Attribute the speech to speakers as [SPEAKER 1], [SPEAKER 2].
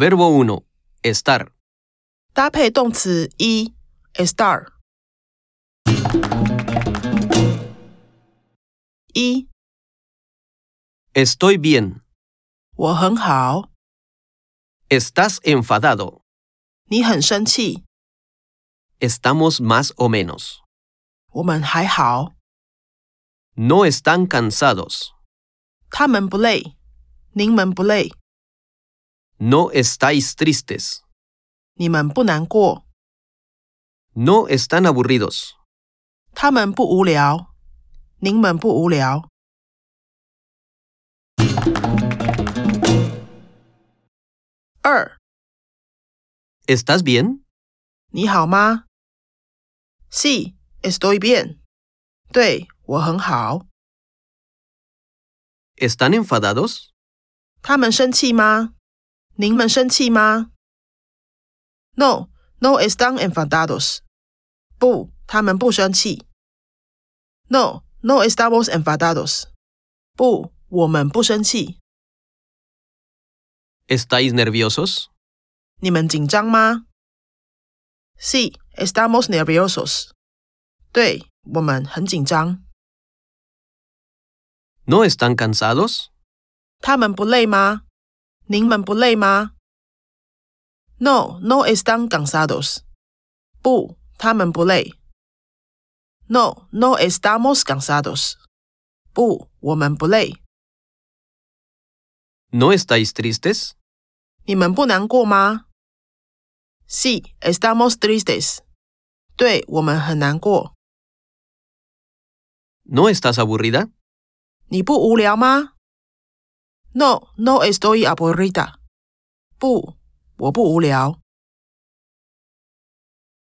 [SPEAKER 1] Verbo 1. Estar.
[SPEAKER 2] 搭配动词 e 一 estar。一，
[SPEAKER 1] Estoy bien.
[SPEAKER 2] 我很好，
[SPEAKER 1] Estás enfadado.
[SPEAKER 2] 你很生气，
[SPEAKER 1] Estamos más o menos.
[SPEAKER 2] 我们还好，
[SPEAKER 1] No están cansados.
[SPEAKER 2] 他们不累，您们不累，
[SPEAKER 1] No estáis tristes.
[SPEAKER 2] 你们不难过，
[SPEAKER 1] No están aburridos.
[SPEAKER 2] 他们不无聊，您们不无聊。二，
[SPEAKER 1] ¿Estás bien?
[SPEAKER 2] 你好吗？Sí, estoy bien。对我很好。
[SPEAKER 1] ¿Están enfadados?
[SPEAKER 2] 他们生气吗？您们生气吗？No, no están enfadados。不，他们不生气。No, no estamos enfadados。不，我们不生气。
[SPEAKER 1] ¿Estáis nerviosos?
[SPEAKER 2] 你们紧张吗？Sí, estamos nerviosos。对，我们很紧张。
[SPEAKER 1] ¿No están cansados?
[SPEAKER 2] 他们不累吗？您们不累吗？No, no están cansados。不，他们不累。No, no estamos cansados。不，我们不累。
[SPEAKER 1] ¿No estáis tristes?
[SPEAKER 2] 你们不难过吗？Sí, estamos tristes。对我们很难过。
[SPEAKER 1] ¿No estás aburrida?
[SPEAKER 2] 你不无聊吗？No, no estoy aburrida。不，我不无聊。